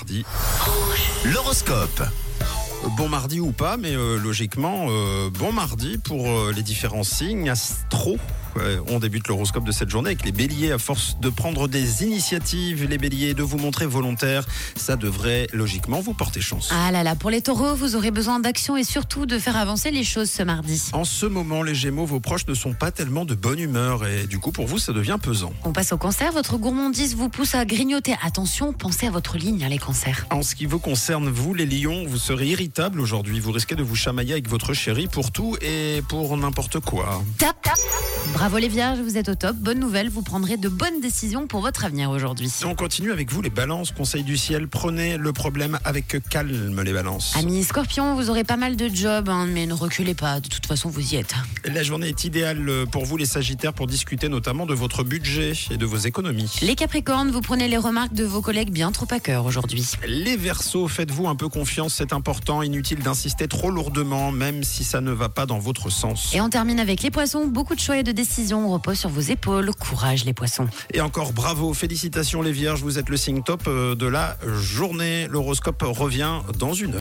mardi. L'horoscope. Euh, Bon mardi ou pas, mais euh, logiquement, euh, bon mardi pour euh, les différents signes astro. Euh, on débute l'horoscope de cette journée avec les béliers. À force de prendre des initiatives, les béliers, de vous montrer volontaire, ça devrait logiquement vous porter chance. Ah là là, pour les taureaux, vous aurez besoin d'action et surtout de faire avancer les choses ce mardi. En ce moment, les Gémeaux, vos proches ne sont pas tellement de bonne humeur et du coup, pour vous, ça devient pesant. On passe au cancer, votre gourmandise vous pousse à grignoter. Attention, pensez à votre ligne, hein, les cancers. En ce qui vous concerne, vous les lions, vous serez irritable aujourd'hui. Vous risquez de vous chamailler avec votre chérie pour tout et pour n'importe quoi. Tap, tap. Bravo les vierges, vous êtes au top. Bonne nouvelle, vous prendrez de bonnes décisions pour votre avenir aujourd'hui. On continue avec vous les balances, conseil du ciel, prenez le problème avec calme les balances. Amis scorpions, vous aurez pas mal de jobs, hein, mais ne reculez pas, de toute façon vous y êtes. La journée est idéale euh, pour vous les sagittaires pour discuter notamment de votre budget et de vos économies. Les capricornes, vous prenez les remarques de vos collègues bien trop à cœur aujourd'hui. Les versos, faites-vous un peu confiance, c'est important, inutile d'insister trop lourdement même si ça ne va pas dans votre sens. Et on termine avec les poissons, beaucoup de choix et de décisions reposent sur vos épaules. Courage les poissons. Et encore bravo, félicitations les vierges, vous êtes le signe top euh, de la journée. L'horoscope revient dans une heure.